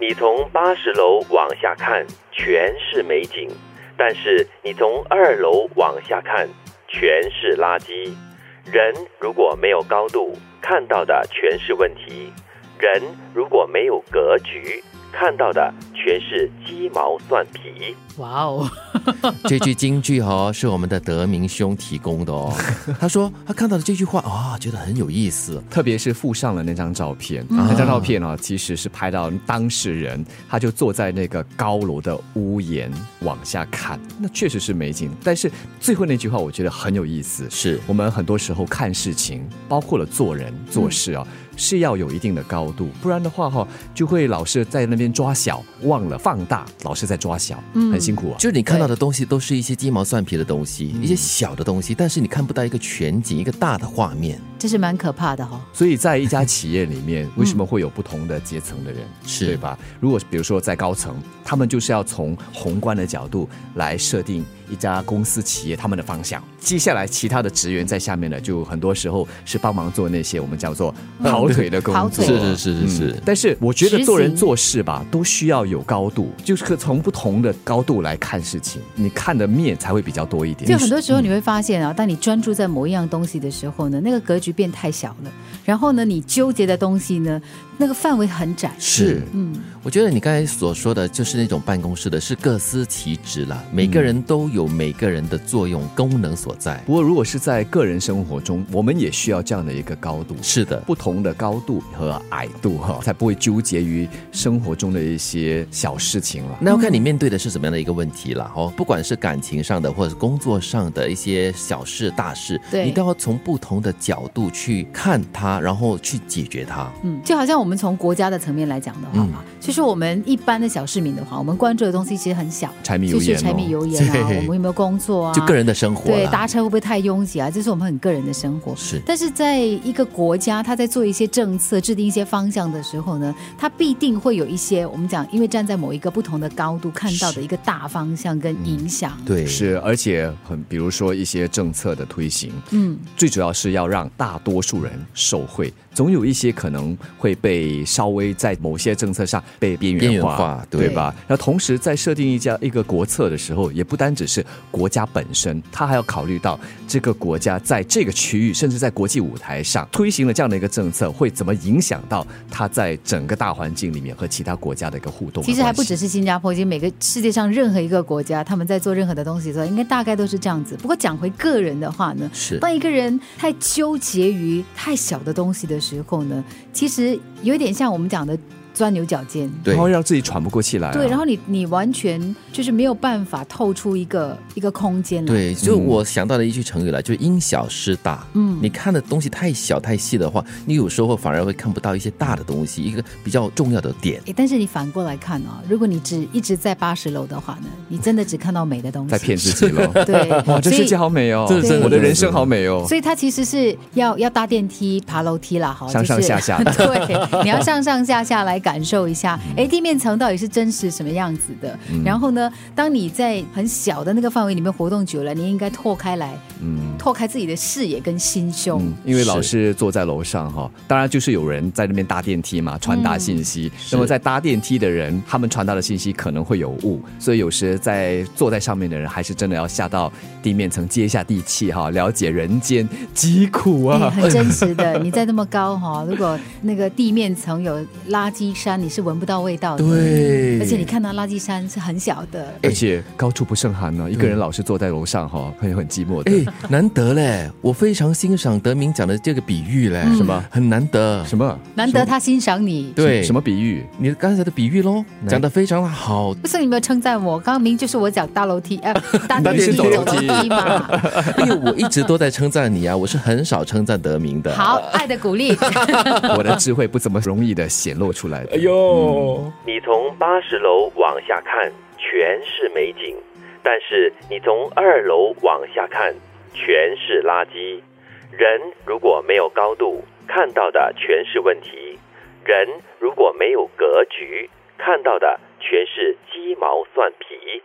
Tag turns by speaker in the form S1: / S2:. S1: 你从八十楼往下看，全是美景；但是你从二楼往下看，全是垃圾。人如果没有高度，看到的全是问题；人如果没有格局，看到的全是鸡毛蒜皮。
S2: 哇哦，
S3: 这句京剧哦，是我们的德明兄提供的哦。他说他看到的这句话啊、觉得很有意思。
S4: 特别是附上了那张照片，那张照片呢、其实是拍到当事人，他就坐在那个高楼的屋檐往下看，那确实是美景。但是最后那句话，我觉得很有意思，
S3: 是
S4: 我们很多时候看事情，包括了做人做事啊、是要有一定的高度，不然的话哈、就会老是在那边抓小，忘了放大，老是在抓小，很辛苦啊。
S3: 就是你看到的东西都是一些鸡毛蒜皮的东西，一些小的东西，但是你看不到一个全景，一个大的画面。
S2: 这是蛮可怕的哈、哦。
S4: 所以在一家企业里面，为什么会有不同的阶层的人，
S2: 嗯
S3: 是
S4: 对吧？如果比如说在高层，他们就是要从宏观的角度来设定一家公司企业他们的方向。接下来，其他的职员在下面呢，就很多时候是帮忙做那些我们叫做跑腿的工
S2: 嗯跑
S4: 作。
S2: 腿
S3: 是是是是是
S4: 嗯但是我觉得做
S2: 执
S4: 人
S2: 行
S4: 做事吧，都需要有高度，就是从不同的高度来看事情，你看的面才会比较多一点。
S2: 就很多时候你会发现啊，当你专注在某一样东西的时候呢，那个格局变太小了，然后呢，你纠结的东西呢，那个范围很窄。
S3: 是，嗯，我觉得你刚才所说的就是那种办公室的，是各司其职啦，每个人都有每个人的作用功能所在。
S4: 不过，如果是在个人生活中，我们也需要这样的一个高度，
S3: 是的，
S4: 不同的高度和矮度哈、才不会纠结于生活中的一些小事情了。
S3: 那要看你面对的是什么样的一个问题了哦，不管是感情上的，或者是工作上的一些小事大事，
S2: 对
S3: 你都要从不同的角度去看它，然后去解决它。
S2: 嗯，就好像我们从国家的层面来讲的话嘛，其实我们一般的小市民的话，我们关注的东西其实很小，
S4: 柴米油
S2: 就
S4: 盐、
S2: 是
S4: 哦，
S2: 柴米油盐啊，
S3: 对
S2: 我们有没有工作啊，
S3: 就个人的生活
S2: 对
S3: 啦，
S2: 搭车会不会太拥挤啊，这是我们很个人的生活。
S3: 是
S2: 但是在一个国家，它在做一些政策、制定一些方向的时候呢，它必定会有一些我们讲，因为站在某一个不同的高度看到的一个大方向跟影响。
S3: 嗯对
S4: 是，而且很，比如说一些政策的推行，
S2: 嗯，
S4: 最主要是要让大多数人受惠，总有一些可能会被稍微在某些政策上被边缘化，
S3: 边缘化对
S4: 对吧？那同时在设定一家一个国策的时候，也不单只是国家本身，它还要考虑到这个国家在这个区域，甚至在国际舞台上推行了这样的一个政策，会怎么影响到它在整个大环境里面和其他国家的一个互动和关系。
S2: 其实还不只是新加坡，其实每个世界上任何一个国家，他们在做任何的东西的时候，应该大概都是这样子。不过讲回个人的话呢，
S3: 是
S2: 当一个人太纠结于太小的东西的时候呢，其实有点像我们讲的钻牛角尖。
S3: 对
S4: 它会让自己喘不过气来啊、
S2: 对，然后你你完全就是没有办法透出一个一个空间来。，
S3: 对，就我想到了一句成语了，就是因小失大。嗯，你看的东西太小太细的话，你有时候反而会看不到一些大的东西，一个比较重要的点。
S2: 但是你反过来看啊、如果你只一直在八十楼的话呢，你真的只看到美的东西。
S4: 在骗自己 了。
S2: 对，
S4: 哇，这
S2: 所以
S4: 世界好美哦！
S3: 这
S2: 是真的
S4: 我的
S3: 真的
S4: 人生好美哦。
S2: 所以它其实是要要搭电梯、爬楼梯啦，哈，
S4: 上上下下嗯
S2: 就是、 对，你要上上下下来感受一下，哎，地面层到底是真实什么样子的。然后呢，当你在很小的那个范围里面活动久了，你应该拓开来，拓开自己的视野跟心胸。
S4: 嗯，因为老是坐在楼上哈，当然就是有人在那边搭电梯嘛，传达信息。那么在搭电梯的人，他们传达的信息可能会有误，所以有时在坐在上面的人，还是真的要下到地面层接一下地气哈，了解人间疾苦
S2: 哎
S4: 啊。
S2: 很真实的，你在那么高哈、如果那个地面层有垃圾山，你是闻不到味道的。，
S3: 对
S2: 而且你看到垃圾山是很小的，
S4: 而且高处不胜寒呢、一个人老是坐在楼上哈，会很寂寞的。
S3: 哎，难得嘞！我非常欣赏德明讲的这个比喻嘞，
S4: 什么
S3: 很难得。
S4: 什么？
S2: 难得他欣赏你。
S3: 对，
S4: 什么比喻？
S3: 你刚才的比喻喽，讲的非常的好。
S2: 不是你没有称赞我，刚刚明明就是我讲搭楼梯，呃，搭电梯
S4: 你是
S2: 走
S4: 走
S2: 楼
S4: 楼
S2: 梯
S4: 梯
S2: 嘛。
S3: 因为哎我一直都在称赞你啊，我是很少称赞 德明的。
S2: 好，爱的鼓励。
S4: 我的智慧不怎么容易的显露出来的。
S1: 呦，你从八十楼往下看，全是美景；但是你从二楼往下看，全是垃圾。人如果没有高度，看到的全是问题；人如果没有格局，看到的全是鸡毛蒜皮。